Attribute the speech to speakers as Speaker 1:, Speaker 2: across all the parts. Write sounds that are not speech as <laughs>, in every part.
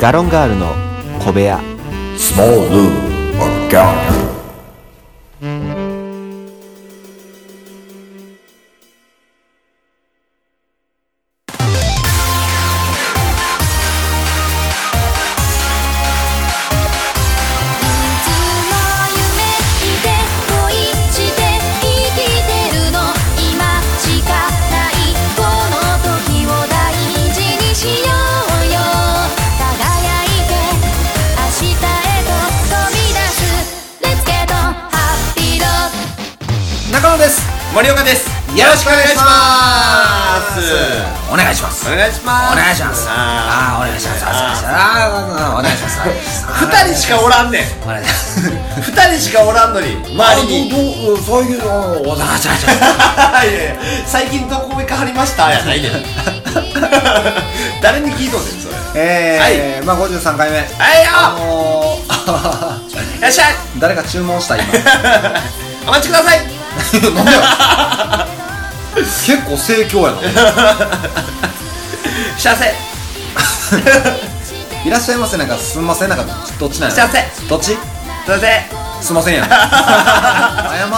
Speaker 1: ガロンガールの小部屋
Speaker 2: Small Lou O'Gallagher.
Speaker 3: いつも夢見て恋して生きてるの今しかないこの時を大事にしようよ輝いて明日へと飛び出す Let's get on happy road
Speaker 4: 中野です
Speaker 5: 森岡です
Speaker 4: よろしくお願いします
Speaker 5: お願いします
Speaker 4: お願いします
Speaker 5: お願いします
Speaker 4: あ
Speaker 5: あーお願いしますあーお願いしますあー
Speaker 4: 二人しかおらんねん
Speaker 5: お願いしますお願いします
Speaker 4: 二人しかおらんのに周りにい
Speaker 5: どうそういうのお願いします
Speaker 4: やいや最近どこ行かはりましたや
Speaker 5: <laughs>
Speaker 4: ないねん誰に聞いとんねんそれ
Speaker 5: えーまあ53回目
Speaker 4: はいよ
Speaker 5: あのー
Speaker 4: いらっしゃい
Speaker 5: 誰か注文した今
Speaker 4: お待ちください
Speaker 5: なんでや結構盛況やな
Speaker 4: 幸せ
Speaker 5: いらっしゃいませなんかすんませんなんかどっちなんや
Speaker 4: 幸せ
Speaker 5: どっち
Speaker 4: 幸せ <laughs>
Speaker 5: すんませんやん謝ったんや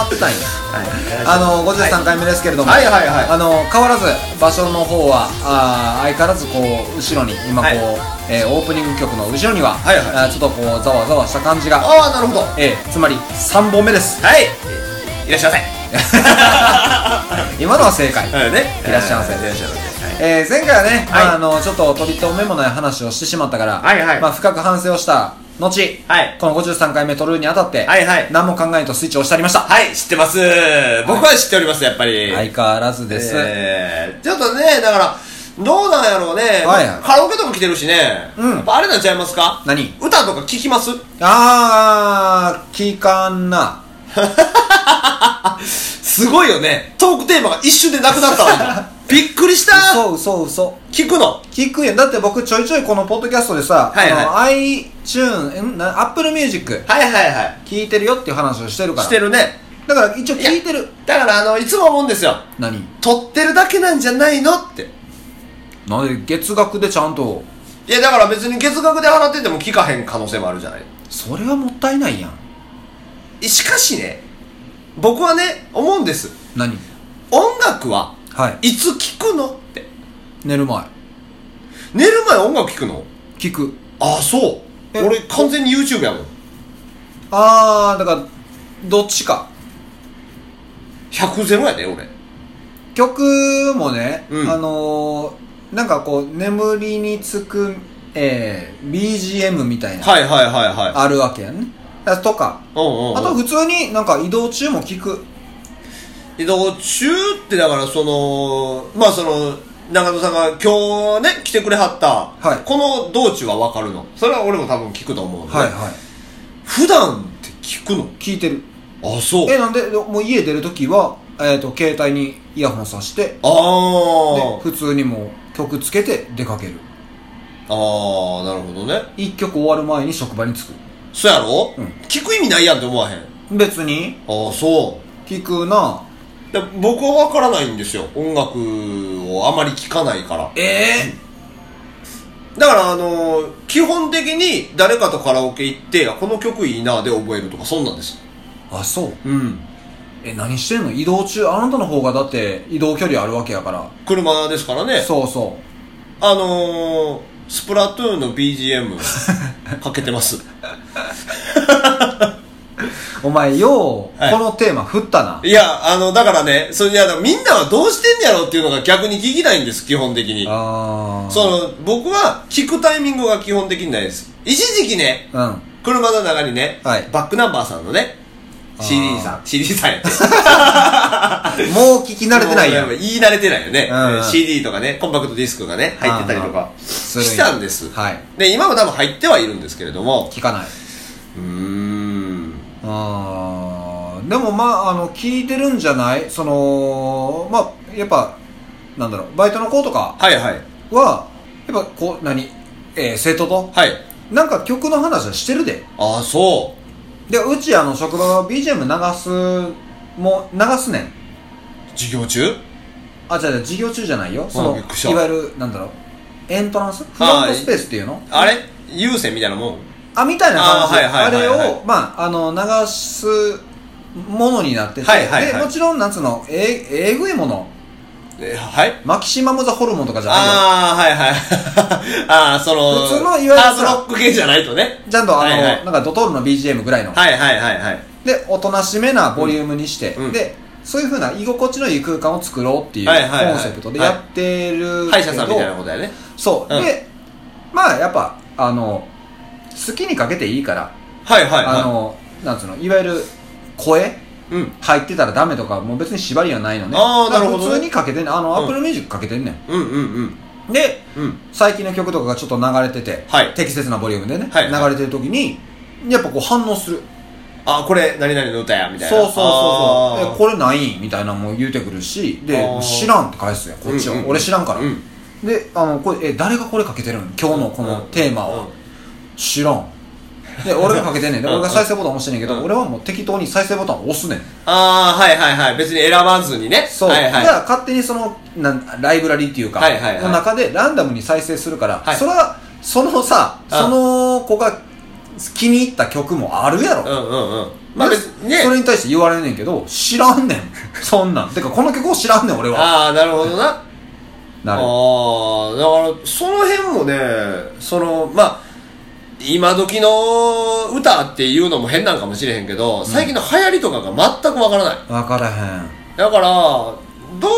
Speaker 5: あの53回目ですけれども、
Speaker 4: はいはいはい
Speaker 5: あの変わらず場所の方はあー相変わらずこう後ろに今こ
Speaker 4: は
Speaker 5: う、
Speaker 4: い
Speaker 5: えーオープニング曲の後ろには、
Speaker 4: はいはい
Speaker 5: あーちょっとこうざわざわした感じが、
Speaker 4: ああなるほど
Speaker 5: えーつまり3本目です
Speaker 4: はいいらっしゃいま
Speaker 5: 今のは正解、
Speaker 4: せ
Speaker 5: <laughs>
Speaker 4: うんね
Speaker 5: いらっしゃいませ
Speaker 4: いらっしゃいませはい
Speaker 5: えー前回はね、
Speaker 4: はい
Speaker 5: まあ、あのちょっととりとめもない話をしてしまったから、
Speaker 4: はいはい
Speaker 5: まあ、深く反省をした後、
Speaker 4: はい
Speaker 5: この53回目撮るにあたって、
Speaker 4: はいはい
Speaker 5: 何も考えんとスイッチを押してありました、
Speaker 4: はい知ってます僕は知っておりますやっぱり
Speaker 5: 相変わらずです、
Speaker 4: えーちょっとねだからどうなんやろうね、
Speaker 5: はいはい
Speaker 4: カラオケとか来てるしね、
Speaker 5: うん
Speaker 4: やっぱあれなんちゃいますか
Speaker 5: 何
Speaker 4: 歌とか聞きます
Speaker 5: あー、聞かんな。
Speaker 4: すごいよねトークテーマが一瞬でなくなったわ
Speaker 5: <laughs>
Speaker 4: びっくりした
Speaker 5: 嘘嘘嘘。
Speaker 4: 聞くの
Speaker 5: 聞くやん。だって僕ちょいちょいこのポッドキャストでさ、
Speaker 4: はいはい
Speaker 5: あの iTune、んな Apple Music
Speaker 4: はいはいは
Speaker 5: 聞いてるよっていう話をしてる
Speaker 4: い
Speaker 5: から。
Speaker 4: してるね
Speaker 5: だから一応聞いてる。
Speaker 4: だからあのいつも思うんですよ
Speaker 5: 何
Speaker 4: 撮ってるだけなんじゃないのって
Speaker 5: なんで月額でちゃんと。
Speaker 4: いやだから別に月額で払ってても聞かへん可能性もあるじゃない
Speaker 5: それはもったいないやん。
Speaker 4: しかしね僕はね思うんです
Speaker 5: 何
Speaker 4: 音楽は
Speaker 5: はい。
Speaker 4: いつ聞くのって
Speaker 5: 寝る前。
Speaker 4: 寝る前音楽聞くの
Speaker 5: 聞く。
Speaker 4: ああそう
Speaker 5: え
Speaker 4: 俺完全に YouTube やもん
Speaker 5: あー、だから、どっちか。
Speaker 4: 100ゼロやで俺
Speaker 5: 曲もね、
Speaker 4: うん
Speaker 5: あのー、なんかこう、眠りにつく、えー、BGM みたいな。
Speaker 4: はいはいはいはい
Speaker 5: あるわけやんねだとか
Speaker 4: うんうん、うん、
Speaker 5: あと普通になんか移動中も聞く
Speaker 4: 移動中ってだからそのまあその長野さんが今日ね来てくれはった、
Speaker 5: はい
Speaker 4: この道中は分かるのそれは俺も多分聞くと思うので、
Speaker 5: い
Speaker 4: 普段って聞くの
Speaker 5: 聞いてる
Speaker 4: あそう
Speaker 5: えなんでもう家出る時は、えー、と携帯にイヤホンさして
Speaker 4: あ
Speaker 5: で
Speaker 4: ー
Speaker 5: 普通にもう曲つけて出かける
Speaker 4: あーなるほどね
Speaker 5: 一曲終わる前に職場に着く
Speaker 4: そやろ、
Speaker 5: うん
Speaker 4: 聞く意味ないやんって思わへんあ
Speaker 5: 別に
Speaker 4: あそ
Speaker 5: 聞くな
Speaker 4: うで僕は分からないんですよ音楽をあまり聞かないから
Speaker 5: え
Speaker 4: だからあのー基本的に誰かとカラオケ行ってあこの曲いいなで覚えるとかそんなんです
Speaker 5: あそ
Speaker 4: う
Speaker 5: う
Speaker 4: ん
Speaker 5: え何してんの移動中あなたの方がだって移動距離あるわけやから
Speaker 4: 車ですからね
Speaker 5: そうそ
Speaker 4: あのー、スプラトゥーンの
Speaker 5: <laughs>
Speaker 4: BGM かけてます
Speaker 5: うお前よう、
Speaker 4: はい
Speaker 5: このテーマ振ったない
Speaker 4: やあのだからねそれいやだからみんなはどうしてんやろうっていうのが逆に聞きたいんです基本的に
Speaker 5: ああ
Speaker 4: その僕は聞くタイミングが基本的にないです一時期ね
Speaker 5: うん
Speaker 4: 車の中にね、
Speaker 5: はい
Speaker 4: バックナンバーさんのね
Speaker 5: あー
Speaker 4: CD さん CD さんやって
Speaker 5: もう聞き慣れてな
Speaker 4: <laughs>
Speaker 5: いやん
Speaker 4: もう言い慣れてないよね、
Speaker 5: うんうん
Speaker 4: CD とかねコンパクトディスクがね入ってたりと
Speaker 5: うん
Speaker 4: か
Speaker 5: するんや
Speaker 4: したんです
Speaker 5: はい
Speaker 4: で今も多分入ってはいるんですけれども
Speaker 5: 聞かないう
Speaker 4: ーん
Speaker 5: あーでもまああの聞いてるんじゃないそのまあやっぱなんだろうバイトの子とか
Speaker 4: はいはい
Speaker 5: はやっぱこう何えー、生徒と
Speaker 4: はい
Speaker 5: なんか曲の話はしてるで
Speaker 4: ああそう
Speaker 5: でうちあの職場は BGM 流すもう流すねん
Speaker 4: 授業中
Speaker 5: あじゃあ授業中じゃないよその
Speaker 4: びっくりした
Speaker 5: いわゆるなんだろうエントランスフロントスペースっていうの
Speaker 4: あれ優先みたいなもん
Speaker 5: あみたいな感じ
Speaker 4: あーはいはいはいはい
Speaker 5: あれを、まあ、あの流すものになってて、
Speaker 4: はいはいはい
Speaker 5: でもちろんなんつうのええぐいもの
Speaker 4: えはい
Speaker 5: マキシマム・ザ・ホルモンとかじゃないよ
Speaker 4: ああはいはい <laughs> ああその
Speaker 5: 普通のいわゆるさ
Speaker 4: ハードロック系じゃないとね
Speaker 5: ちゃんとあの、
Speaker 4: はいはい
Speaker 5: なんかドトールの BGM ぐらいの、
Speaker 4: はいはいはいはい
Speaker 5: でおとなしめなボリュームにして、
Speaker 4: うんうん
Speaker 5: でそういうふうな居心地のいい空間を作ろうっていうコ
Speaker 4: はいはいはい
Speaker 5: ンセプトでやってる
Speaker 4: 歯医者さんみたいなことだよね
Speaker 5: そう、
Speaker 4: うん
Speaker 5: でまあやっぱあの好きにかけていいから、
Speaker 4: はいはいはい
Speaker 5: あのなんつうのいわゆる声
Speaker 4: うん
Speaker 5: 入ってたらダメとかもう別に縛りはないのね
Speaker 4: あーなるほどね
Speaker 5: だから普通にかけてんねんあの
Speaker 4: うん
Speaker 5: アップルミュージックかけてんねん、
Speaker 4: うんうんうん
Speaker 5: で
Speaker 4: うん
Speaker 5: 最近の曲とかがちょっと流れてて、
Speaker 4: はい
Speaker 5: 適切なボリュームでね、
Speaker 4: はいはい
Speaker 5: 流れてる時にやっぱこう反応する
Speaker 4: あこれ何々の歌やみたいな
Speaker 5: そうそうそうそう
Speaker 4: あー
Speaker 5: えこれないみたいなのも言うてくるしで
Speaker 4: あー
Speaker 5: 知らんって返すやんこっちは、
Speaker 4: うんうん
Speaker 5: 俺知らんから、
Speaker 4: うん
Speaker 5: であのこれえ誰がこれかけてるん今日のこのテーマは、
Speaker 4: うん
Speaker 5: 知らんで俺がかけてんねんで
Speaker 4: うん
Speaker 5: 俺が再生ボタン押してんねんけど、
Speaker 4: うん
Speaker 5: 俺はもう適当に再生ボタンを押すねん
Speaker 4: ああはいはいはい別に選ばずにね
Speaker 5: そう、
Speaker 4: はいはい
Speaker 5: だから勝手にそのなんライブラリーっていうか、
Speaker 4: はいはいはい
Speaker 5: の中でランダムに再生するから、
Speaker 4: はい
Speaker 5: それはそのさ
Speaker 4: うん
Speaker 5: その子が気に入った曲もあるやろ、
Speaker 4: うんうんうんまあ
Speaker 5: で
Speaker 4: 別にね
Speaker 5: それに対して言われんねんけど知らんねんそんな
Speaker 4: <laughs>
Speaker 5: んてかこの曲を知らんねん俺は
Speaker 4: ああなるほどな
Speaker 5: なる
Speaker 4: ああだからその辺もねそのまあ今時の歌っていうのも変なんかもしれへんけど、最近の流行りとかが全くわからない
Speaker 5: 分からへん
Speaker 4: だからど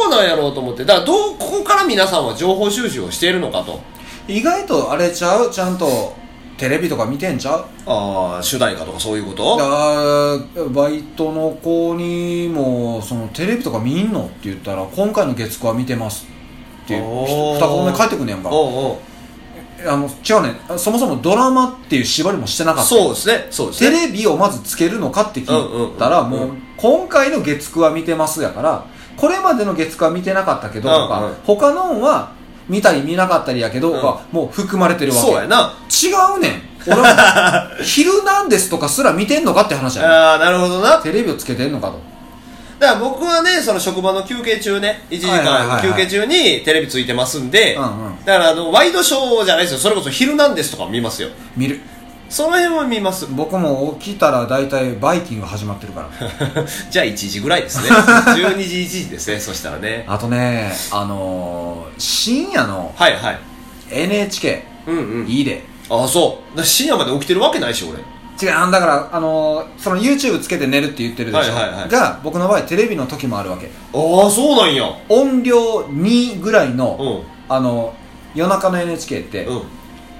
Speaker 4: うなんやろうと思ってだからどうここから皆さんは情報収集をしているのかと
Speaker 5: 意外とあれちゃうちゃんとテレビとか見てんちゃう
Speaker 4: ああ主題歌とかそういうこと
Speaker 5: あーバイトの子にもそのテレビとか見んのって言ったら今回の月9は見てますって
Speaker 4: おー
Speaker 5: 2コマ目帰ってくんねやんか
Speaker 4: おうおう
Speaker 5: あの違うねあそもそもドラマっていう縛りもしてなかった
Speaker 4: そうですねそうです
Speaker 5: テ
Speaker 4: ね
Speaker 5: レビをまずつけるのかって聞いたら、
Speaker 4: うんうんうん
Speaker 5: もう今回の月9は見てますやからこれまでの月9は見てなかったけどとか、
Speaker 4: うんうん
Speaker 5: 他のんは見たり見なかったりやけど
Speaker 4: うん
Speaker 5: が、もう含まれてるわけ
Speaker 4: そうやな
Speaker 5: 違うねん俺は「 <laughs> ヒルナンデス」とかすら見てんのかって話やねん
Speaker 4: ああなるほどな
Speaker 5: テレビをつけてんのかと
Speaker 4: だから僕はねその職場の休憩中ね1時
Speaker 5: はいはいはいは
Speaker 4: 間
Speaker 5: い
Speaker 4: 休憩中にテレビついてますんで、
Speaker 5: うんうん
Speaker 4: だからあのワイドショーじゃないですよそれこそ「ヒルナンデス」とか見ますよ
Speaker 5: 見る
Speaker 4: その辺は見ます <laughs>
Speaker 5: 僕も起きたら大体バイキング始まってるから
Speaker 4: <laughs> じゃあ1時ぐらいです
Speaker 5: <laughs>
Speaker 4: ね12時1時ですねそしたらね
Speaker 5: あとねあのー、深夜の
Speaker 4: はいはい
Speaker 5: NHK
Speaker 4: うんうん
Speaker 5: いいで
Speaker 4: ああそうだから深夜まで起きてるわけないし俺
Speaker 5: 違うあのだからあのー、その YouTube つけて寝るって言ってるでしょ、
Speaker 4: はいはいはい
Speaker 5: が僕の場合テレビの時もあるわけ
Speaker 4: ああそうなんや
Speaker 5: 音量2ぐらいの、
Speaker 4: うん
Speaker 5: あの夜中の NHK って、
Speaker 4: うん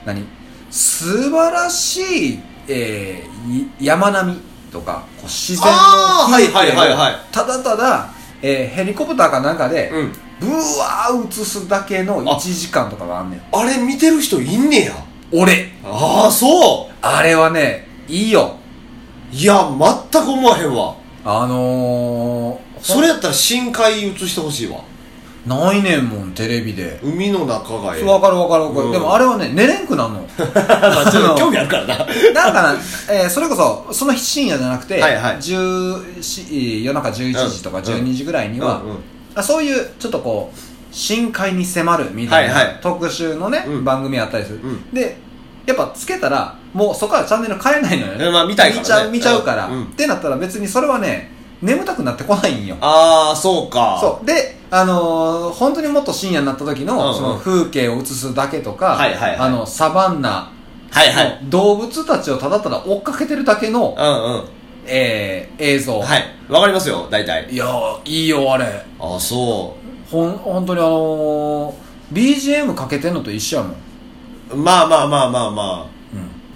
Speaker 5: 何素晴らしい、えーい山並みとかこう自然
Speaker 4: あー
Speaker 5: の風景を、
Speaker 4: はいはいはいはい
Speaker 5: ただただ、えーヘリコプターかなんかで、
Speaker 4: うん
Speaker 5: ブワー映すだけの1時間とかがあんねん
Speaker 4: あれ見てる人いんねや
Speaker 5: 俺
Speaker 4: ああそ
Speaker 5: あれはねいいよ
Speaker 4: ういや全く思わへんわ
Speaker 5: あのー、
Speaker 4: それやったら深海映してほしいわ
Speaker 5: ないねんもんテレビで
Speaker 4: 海の中がええ
Speaker 5: わかるわかるわかる、
Speaker 4: うん
Speaker 5: でもあれはね寝れんくなん
Speaker 4: <laughs>
Speaker 5: の
Speaker 4: まあちょっと
Speaker 5: あの
Speaker 4: 興味あるからな。
Speaker 5: なんかな、えーそれこそその日深夜じゃなくて、
Speaker 4: はいはい
Speaker 5: 10し夜中11時とか
Speaker 4: うん
Speaker 5: 12時ぐらいには、
Speaker 4: うんうん
Speaker 5: あそういうちょっとこう深海に迫るみたい
Speaker 4: はいはい
Speaker 5: な特集のね、
Speaker 4: うん
Speaker 5: 番組あったりする、
Speaker 4: うん
Speaker 5: でやっぱつけたらもうそこからチャンネル変えないのよね、
Speaker 4: うんまあ見たいからね
Speaker 5: 見ちゃう見ちゃうから、
Speaker 4: うん
Speaker 5: ってなったら別にそれはね眠たくなってこないんよ
Speaker 4: ああ、そうか。
Speaker 5: そうであのー本当にもっと深夜になった時の,、
Speaker 4: うんうん
Speaker 5: その風景を映すだけとか、
Speaker 4: はいはいはい
Speaker 5: あのサバンナ
Speaker 4: はいはい。
Speaker 5: の動物たちをただただ追っかけてるだけの、
Speaker 4: う
Speaker 5: えー映像、
Speaker 4: んうん。はい。わかりますよ、大体。
Speaker 5: い、やーいいよあれ
Speaker 4: ああ、そ
Speaker 5: ほん本当にあのー、BGM かけてんのと一緒やもん、
Speaker 4: う。まあまあまあまあまあ。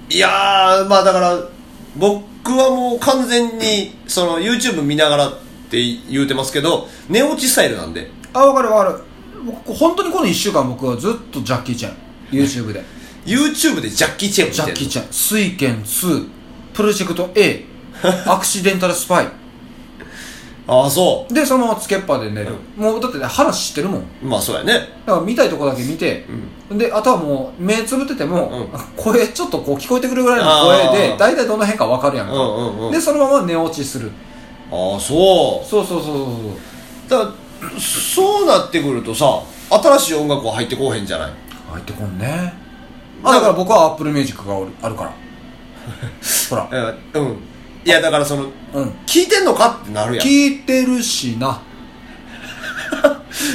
Speaker 4: いやー、まあだから、僕はもう完全に、その YouTube 見ながらって言うてますけど、寝落ちスタイルなんで。
Speaker 5: あ分かる分かる僕本当にこの1週間僕はずっとジャッキー・チェン YouTube で
Speaker 4: YouTube でジャッキー・チェンを見
Speaker 5: ジ
Speaker 4: て
Speaker 5: ャ
Speaker 4: る
Speaker 5: ッキー・チェン「水拳2」プロジェクト
Speaker 4: <laughs>
Speaker 5: A アクシデンタルスパイ
Speaker 4: ああ、そ
Speaker 5: でそのままつけっぱで寝る、もうだってね話知ってるもん
Speaker 4: う。まあそうやね。
Speaker 5: だから見たいとこだけ見て、であとはもう目つぶってても、
Speaker 4: うん
Speaker 5: 声ちょっとこう聞こえてくるぐらいの声
Speaker 4: あ
Speaker 5: で
Speaker 4: ー
Speaker 5: 大体どの辺か分かるやんか、
Speaker 4: うんうんうん
Speaker 5: でそのまま寝落ちする
Speaker 4: ああ、そう。
Speaker 5: そうそうそうそうそう
Speaker 4: だからそうなってくるとさ新しい音楽は入ってこうへんじゃない
Speaker 5: 入ってこんねあだから僕はアップルミュージックがおるあるからほら
Speaker 4: <laughs> うん、うん、いやだからその
Speaker 5: うん
Speaker 4: 聞いてんのかってなるやん
Speaker 5: 聞いてるし
Speaker 4: <laughs>
Speaker 5: な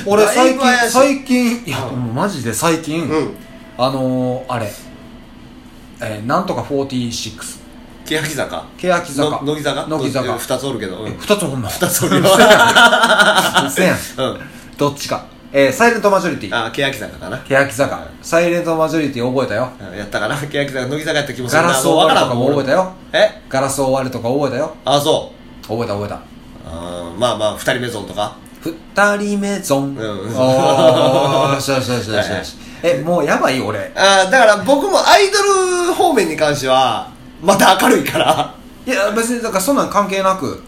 Speaker 5: 俺
Speaker 4: だい
Speaker 5: 最
Speaker 4: ぶ怪し
Speaker 5: 近
Speaker 4: い
Speaker 5: 最近いや
Speaker 4: うん
Speaker 5: もうマジで最近、
Speaker 4: うん
Speaker 5: あのー、あれ、えー、なんとか46
Speaker 4: 欅坂
Speaker 5: 欅坂
Speaker 4: の乃木坂
Speaker 5: 乃木坂
Speaker 4: ど二つおるけ <laughs>
Speaker 5: <laughs>
Speaker 4: ど、うん、
Speaker 5: 2つもほんま
Speaker 4: 二つおるよ
Speaker 5: せ
Speaker 4: <laughs>
Speaker 5: やん
Speaker 4: うん
Speaker 5: どっちかえー、サイレントマジョリティ
Speaker 4: あ欅坂かな
Speaker 5: 欅坂サイレントマジョリティ覚えたよ
Speaker 4: うんやったかな欅坂乃木坂やった気もする
Speaker 5: ガ
Speaker 4: な
Speaker 5: ラスを割ると
Speaker 4: も
Speaker 5: か
Speaker 4: う
Speaker 5: も覚
Speaker 4: わか
Speaker 5: えた
Speaker 4: らんもん
Speaker 5: よ
Speaker 4: 俺え
Speaker 5: ガラスを割るとか覚えたよ
Speaker 4: あそう
Speaker 5: 覚えた覚えた
Speaker 4: あーまあまあ二人目ゾーンとか
Speaker 5: 二人目ゾン、
Speaker 4: ん
Speaker 5: おーしよしよしよし
Speaker 4: は
Speaker 5: よ
Speaker 4: い
Speaker 5: しえもうやばい俺
Speaker 4: あーだから僕もアイドル方面に関してはまた明るいから
Speaker 5: いや別にだからそんなん関係なく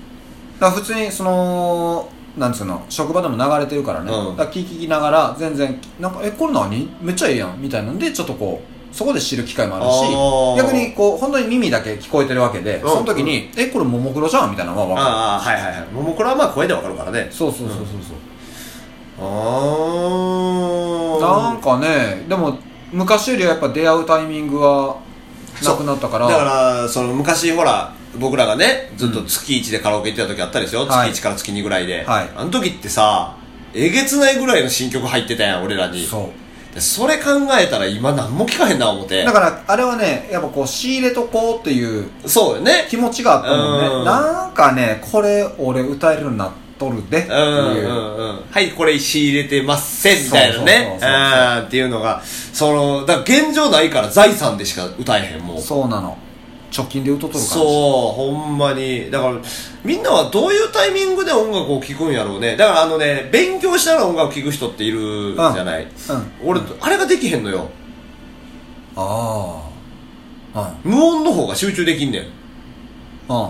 Speaker 5: だから普通にそのなんつうの職場でも流れてるからね、
Speaker 4: うん
Speaker 5: だから聞きながら全然なんかえこれ何めっちゃええやんみたいなんでちょっとこうそこで知る機会もあ
Speaker 4: おー
Speaker 5: るし逆にこう本当に耳だけ聞こえてるわけで、
Speaker 4: うん
Speaker 5: その時に、えこれももクロじゃんみたいなのは分かる
Speaker 4: ああはいはいはいもうこれはまあ声でわかるからね
Speaker 5: そうそうそうそうそう、
Speaker 4: あ
Speaker 5: なん
Speaker 4: あ
Speaker 5: かねでも昔よりはやっぱ出会うタイミングがなくなったから
Speaker 4: だからその昔ほら僕らがねずっと月1でカラオケ行ってた時あったですよ、
Speaker 5: はい
Speaker 4: 月1から月2ぐらいで、
Speaker 5: はい
Speaker 4: あの時ってさえげつないぐらいの新曲入ってたやん俺らに
Speaker 5: そう
Speaker 4: でそれ考えたら今何も聞かへんな思って
Speaker 5: だからあれはねやっぱこう仕入れとこうっていう
Speaker 4: そうよね
Speaker 5: 気持ちがあったもんね、
Speaker 4: うん
Speaker 5: なんかねこれ俺歌えるようになっとるでって
Speaker 4: うんう
Speaker 5: いうん
Speaker 4: うんはいこれ仕入れてませんみたいな
Speaker 5: そうそうそう
Speaker 4: ね
Speaker 5: そう
Speaker 4: あーっていうのがそのだから現状ないから財産でしか歌えへんもう
Speaker 5: そうなの貯金で歌っとるから
Speaker 4: そうほんまにだからみんなはどういうタイミングで音楽を聴くんやろうねだからあのね勉強したら音楽聴く人っているじゃない、
Speaker 5: うん
Speaker 4: 俺、あれができへんのよ
Speaker 5: ああ
Speaker 4: 無音の方が集中できんねん
Speaker 5: うんうん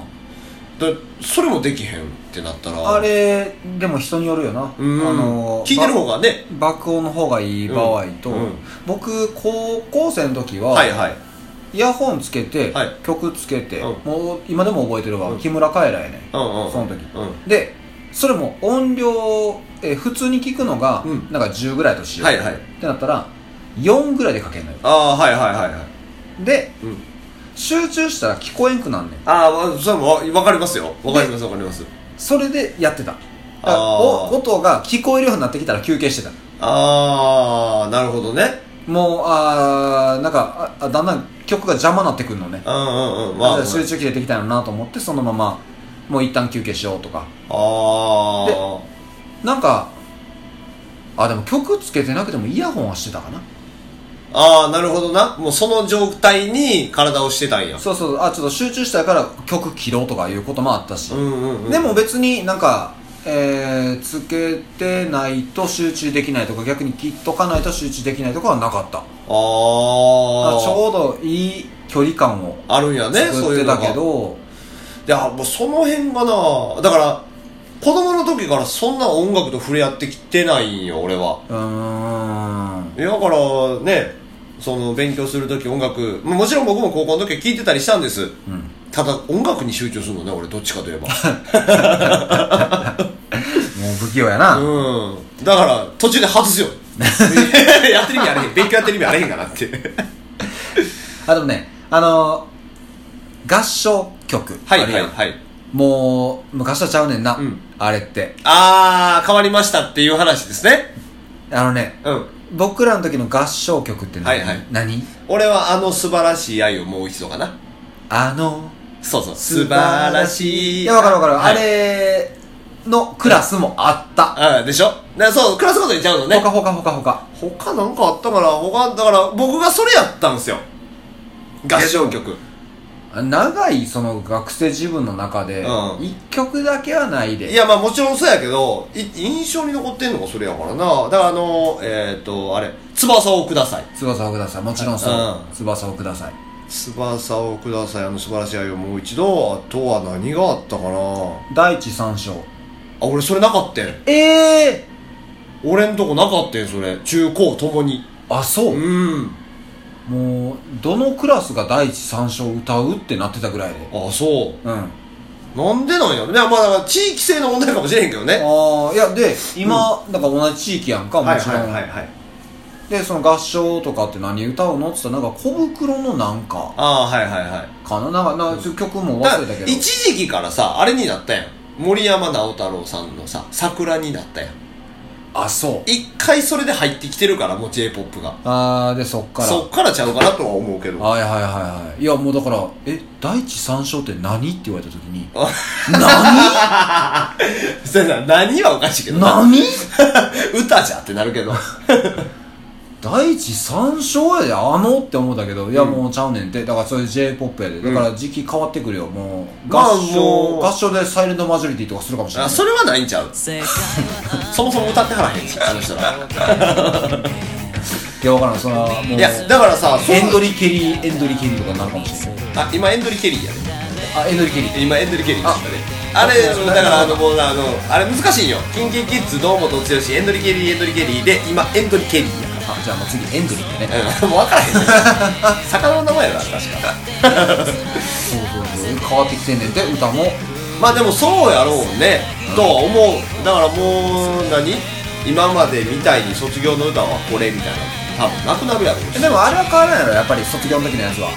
Speaker 4: だそれもできへんってなったら
Speaker 5: あれでも人によるよな、
Speaker 4: うん、
Speaker 5: あの
Speaker 4: 聞いてる方がね
Speaker 5: ば爆音の方がいい場合と、
Speaker 4: うんうん
Speaker 5: 僕高校生の時は、
Speaker 4: はいはい
Speaker 5: イヤホンつけて、
Speaker 4: はい
Speaker 5: 曲つけて、
Speaker 4: うん
Speaker 5: もう今でも覚えてるわ、
Speaker 4: うん
Speaker 5: 木村カエラやね、
Speaker 4: うんうん
Speaker 5: その時
Speaker 4: うん
Speaker 5: でそれも音量、えー普通に聞くのが、
Speaker 4: うん
Speaker 5: なんか10ぐらいとしよう、
Speaker 4: はいはい
Speaker 5: ってなったら4ぐらいでかけんのよ
Speaker 4: ああーはいはいはいはい
Speaker 5: で
Speaker 4: うん
Speaker 5: 集中したら聞こえんくなんねん
Speaker 4: ああまあそれもわわかりますよわかりますわかります
Speaker 5: それでやってただから
Speaker 4: あー
Speaker 5: お音が聞こえるようになってきたら休憩してた
Speaker 4: ああなるほどね
Speaker 5: もうあーなんかああだんだん曲が邪魔になってくるのね
Speaker 4: うんうんうん
Speaker 5: あ集中切れてきたよなと思ってそのままもう一旦休憩しようとか
Speaker 4: ああ
Speaker 5: なんかあでも曲つけてなくてもイヤホンはしてたかな
Speaker 4: ああ、なるほどな。もうその状態に体をしてたんや。
Speaker 5: そうそうあちょっと集中したいから曲切ろうとかいうこともあったし、
Speaker 4: うんうんうん。
Speaker 5: でも、別になんか、えー、つけてないと集中できないとか逆に切っとかないと集中できないとかはなかった
Speaker 4: ああ、
Speaker 5: ちょうどいい距離感を
Speaker 4: あるんやね、そうい
Speaker 5: 作って
Speaker 4: うの
Speaker 5: た
Speaker 4: が。
Speaker 5: け
Speaker 4: い
Speaker 5: ど、
Speaker 4: や、もうその辺がな、だから、子供の時からそんな音楽と触れ合ってきてないんよ、俺は。
Speaker 5: うーん
Speaker 4: いやだから、ね、その勉強する時音楽、ももちろん僕も高校の時は聴いてたりしたんです。
Speaker 5: うん
Speaker 4: ただ、音楽に集中するのね、俺、どっちかとい
Speaker 5: <laughs>
Speaker 4: えば。
Speaker 5: もう不器用やな、
Speaker 4: うん。だから、途中で外
Speaker 5: <laughs>
Speaker 4: すよ。やってる意味あれへん。勉強やってる意味あれへんかなって。
Speaker 5: あでもねあのー合唱曲
Speaker 4: はい
Speaker 5: あ
Speaker 4: は
Speaker 5: る
Speaker 4: い
Speaker 5: やん
Speaker 4: はい。
Speaker 5: もう昔とちゃうねんな、
Speaker 4: うん
Speaker 5: あれって
Speaker 4: あー、変わりましたっていう話ですね。
Speaker 5: あのね
Speaker 4: うん。
Speaker 5: 僕らの時の合唱曲って何、
Speaker 4: はいはい
Speaker 5: 何
Speaker 4: 俺はあの素晴らしい愛をもう一度かな。
Speaker 5: あの
Speaker 4: そうそう。素晴らしい。
Speaker 5: いや、わかるわかる。
Speaker 4: はい
Speaker 5: あれのクラスもあった。
Speaker 4: あでしょなそう、クラスごとにちゃうの
Speaker 5: ほ
Speaker 4: ね。
Speaker 5: かほかほかほか。
Speaker 4: 他なんかあったかな他、だから僕がそれやったんですよ。合唱曲。
Speaker 5: 長い、その学生自分の中で、
Speaker 4: うん
Speaker 5: 一曲だけはないで。
Speaker 4: いや、まあもちろんそうやけど、い印象に残ってんのがそれやからな。だからあの、えっ、と、あれ、翼をください。
Speaker 5: 翼をください。もちろんそう。
Speaker 4: うん
Speaker 5: 翼をください。
Speaker 4: 翼をください。あの素晴らしい愛をもう一度。あとは何があったかなあ、
Speaker 5: 第一三章。
Speaker 4: 俺それなかったん。
Speaker 5: ええ
Speaker 4: 俺んとこなかったよそれ中高ともに
Speaker 5: あ、そう、
Speaker 4: ん
Speaker 5: もう、どのクラスが第一三章歌うってなってたぐらいで。
Speaker 4: あそ
Speaker 5: うん。あ
Speaker 4: うなんでなんやろねまあだから地域性の問題かもしれへんけどね
Speaker 5: あ、いや、で、今、だから同じ地域やんか、もちろん。
Speaker 4: はい
Speaker 5: でその合唱とかって何歌うのって言ったらなんか小袋のなんか
Speaker 4: ああーはいはいはい
Speaker 5: かななんかなんか曲も
Speaker 4: だ
Speaker 5: 忘
Speaker 4: か
Speaker 5: れたけ
Speaker 4: ら
Speaker 5: ど
Speaker 4: 一時期からさあれになったやん森山直太朗さんのさ「桜」になったやん
Speaker 5: あそう
Speaker 4: 一回それで入ってきてるからもう j p o p が
Speaker 5: あーでそっから
Speaker 4: そっからちゃうかなとは思うけど
Speaker 5: はいはいはいはいいやもうだから「え第一三章って何?」って言われた時に
Speaker 4: あ
Speaker 5: 「何
Speaker 4: それ <laughs> な何はおかしいけどな
Speaker 5: 何 <laughs>
Speaker 4: <laughs> 歌じゃってなるけど
Speaker 5: 第一三章やであの?」って思ったけどいやもうちゃうねんってだからそれ j p o p やでだから時期変わってくるよもう
Speaker 4: まあ
Speaker 5: 合唱
Speaker 4: もう
Speaker 5: 合唱で「サイレントマジョリティ」とかするかもしれな
Speaker 4: あ
Speaker 5: い
Speaker 4: それはないんちゃうそもそも歌ってはらへんしあの人ら
Speaker 5: いやわからんそれはも
Speaker 4: い
Speaker 5: う
Speaker 4: やだからさそう
Speaker 5: エンドリー・ケリーエンドリー・ケリーとかになるかもしれない
Speaker 4: あ今エンドリー・ケリーやね
Speaker 5: あエンドリー・ケリー
Speaker 4: 今エンドリー・ケリーでしたねあれだからあのもうあのあれ難しいよキンキンキッズ堂本剛エンドリー・ケリーエンドリー・ケリーで今エンドリー・ケリーやから
Speaker 5: あじゃあもう次エンド
Speaker 4: <laughs>
Speaker 5: リーだね
Speaker 4: うんもう分からへんね魚の名前だ確か
Speaker 5: そうそうそう変わってきてんねんて歌も
Speaker 4: まあでもそうやろうねとは思うだからもう何今までみたいに卒業の歌はこれみたいな多分なくなるやろうし
Speaker 5: でもあれは変わらないやろやっぱり卒業の時のやつは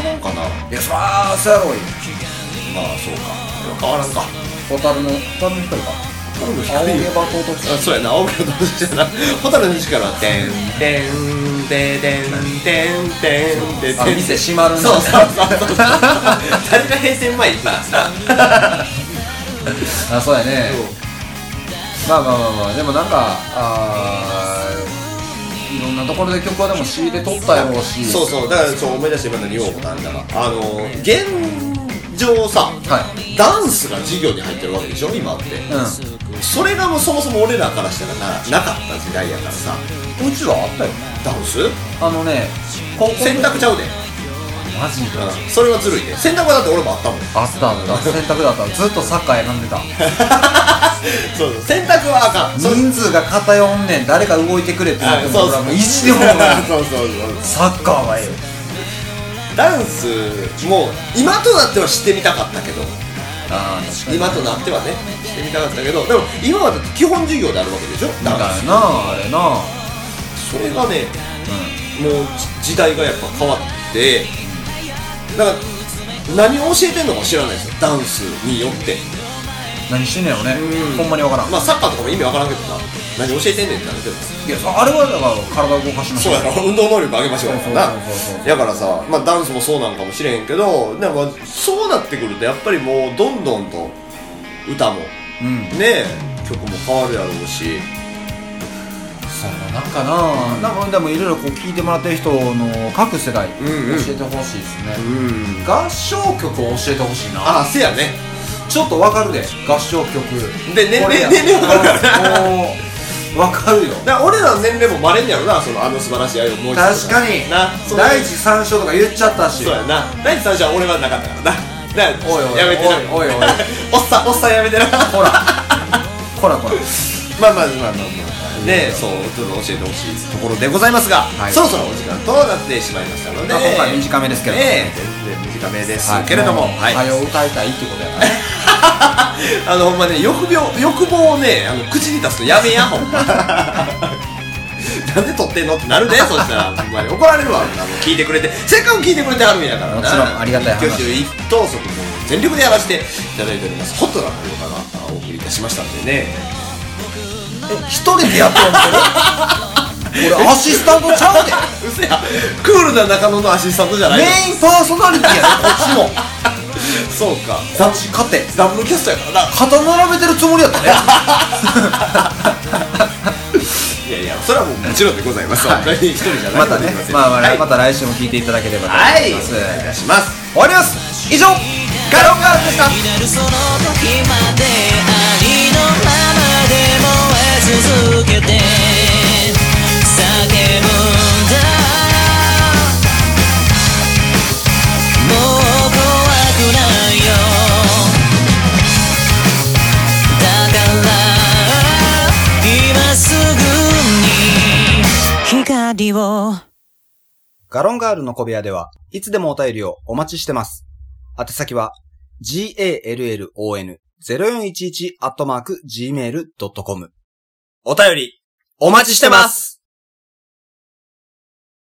Speaker 4: 変わらんかない
Speaker 5: やそらーそうやろい
Speaker 4: まあそうか変わらんか
Speaker 5: 蛍の蛍の光か
Speaker 4: 蛍の
Speaker 5: 青
Speaker 4: 光
Speaker 5: 毛羽と落と
Speaker 4: あ
Speaker 5: し
Speaker 4: そうやな青木の友達だな蛍の力は「てんてんてんてんてんてんてんてん」
Speaker 5: あ店閉まるな
Speaker 4: そうそうそう <laughs> そう誰が平成前に行ったんですか
Speaker 5: あそうやねまあまあまあまあでもなんかあーいろんなところで曲はでも仕入れ取ったやろうし
Speaker 4: そうそうだからそう思い出して今何を思ったんだがあの現状さ、
Speaker 5: はい
Speaker 4: ダンスが授業に入ってるわけでしょ今って、
Speaker 5: う
Speaker 4: それがもうそもそも俺らからしたらななかった時代やからさ
Speaker 5: んうちはあったよ
Speaker 4: ダンス
Speaker 5: あのね高校の時
Speaker 4: 選択ちゃうで、
Speaker 5: マジで
Speaker 4: うん、それはずるいね選択はだって俺もあった
Speaker 5: <laughs>
Speaker 4: もん
Speaker 5: あったあった選択だったずっとサッカー選んでた
Speaker 4: そうそう選択はあかんそれ
Speaker 5: 人数が偏んねん誰か動いてくれってな
Speaker 4: あ
Speaker 5: って
Speaker 4: そ
Speaker 5: も
Speaker 4: う
Speaker 5: 俺
Speaker 4: そ
Speaker 5: は
Speaker 4: う
Speaker 5: もう意地でもない
Speaker 4: そうそうそう
Speaker 5: サッカーはええよ
Speaker 4: ダンスも今となってはしてみたかったけど
Speaker 5: ああ確か
Speaker 4: <laughs>
Speaker 5: に
Speaker 4: 今となってはねしてみたかったけどでも今はだって基本授業であるわけでしょ
Speaker 5: だ
Speaker 4: ダ
Speaker 5: か
Speaker 4: ン
Speaker 5: ら
Speaker 4: ス
Speaker 5: なあれな
Speaker 4: それがね
Speaker 5: う
Speaker 4: もうじ時代がやっぱ変わってだから何を教えてんのか知らないですよダンスによって
Speaker 5: ん何してんねやろね
Speaker 4: うん
Speaker 5: ほんまにわからん
Speaker 4: まあサッカーとかも意味わからんけどな何教えてんねんってなるけど
Speaker 5: いやあれはだから体を動かしまし
Speaker 4: そ
Speaker 5: ょ
Speaker 4: う
Speaker 5: う
Speaker 4: やろ <laughs> 運動能力上げましょう
Speaker 5: そうそうそう
Speaker 4: な
Speaker 5: そうそう
Speaker 4: だからさ、まあ、ダンスもそうなんかもしれへんけどでもそうなってくるとやっぱりもうどんどんと歌も
Speaker 5: うん
Speaker 4: ねえ曲も変わるやろうし
Speaker 5: そうやななんかななんかでもいろいろこう聞いてもらってる人の各世代教
Speaker 4: んうん
Speaker 5: えてほしいですね
Speaker 4: うん
Speaker 5: 合唱曲を教えてほしいな
Speaker 4: ああせやね
Speaker 5: ちょっとわかるで合唱曲
Speaker 4: で年
Speaker 5: これ
Speaker 4: 齢
Speaker 5: や
Speaker 4: 年齢わかるから
Speaker 5: あのもうわかるよ
Speaker 4: だから俺らの年齢もバレんやろなそのあの素晴らしい愛をもう一度
Speaker 5: 確かに
Speaker 4: なその
Speaker 5: 第一三章とか言っちゃったし
Speaker 4: そうやな第一三者は俺はなかったからなだから
Speaker 5: おいおい
Speaker 4: やめてな
Speaker 5: おいおいおい
Speaker 4: <laughs> おっさんおっさんやめてな
Speaker 5: ほらほらほら
Speaker 4: まあまあまあまあまあねそうちょっと教えてほしいところでございますが、
Speaker 5: はい
Speaker 4: そろそろお時間となってしまいましたので、
Speaker 5: まあ今回短めですけど
Speaker 4: ね全然短めですけれども、
Speaker 5: は
Speaker 4: はいい
Speaker 5: もう早う歌いたいってことやから
Speaker 4: <laughs>
Speaker 5: ね
Speaker 4: あのほんまね欲望欲望をねあの口に出すとやめやほん
Speaker 5: <laughs>
Speaker 4: まなんで撮ってんのってなるでそしたらほんまに怒られるわあの聞いてくれてせっかく聞いてくれてはるんやからな
Speaker 5: もちろんありがたい話
Speaker 4: 一挙手一投足もう全力でやらせていただいておりますホットな動画がお送りいたしましたんでね
Speaker 5: え一人でやってるんけど俺アシスタントち
Speaker 4: <laughs>
Speaker 5: ゃう
Speaker 4: う
Speaker 5: で
Speaker 4: せやクールな中野のアシスタントじゃない
Speaker 5: メ
Speaker 4: の
Speaker 5: インパーソナリティやでこっちも
Speaker 4: そうか
Speaker 5: どっち勝て
Speaker 4: ダブルキャストやからな
Speaker 5: 肩並べてるつもりやったね
Speaker 4: いやいやそれはもうもちろんでございます
Speaker 5: はい
Speaker 4: 本当に一人じゃない
Speaker 5: またね
Speaker 4: すいせん
Speaker 5: まあまあ、
Speaker 4: はい
Speaker 5: また来週も聞いていただければと思
Speaker 4: はい
Speaker 5: い
Speaker 4: お
Speaker 5: ます、
Speaker 4: 願いいたします
Speaker 5: 終わります以上ガロンガールでした
Speaker 6: になるその時までありのままで燃え続けて叫ぶんだもう怖くないよだから今すぐに光を
Speaker 7: ガロンガールの小部屋では、いつでもお便りをお待ちしてます。宛先は、gallon0411-gmail.com。お便り、お待ちしてます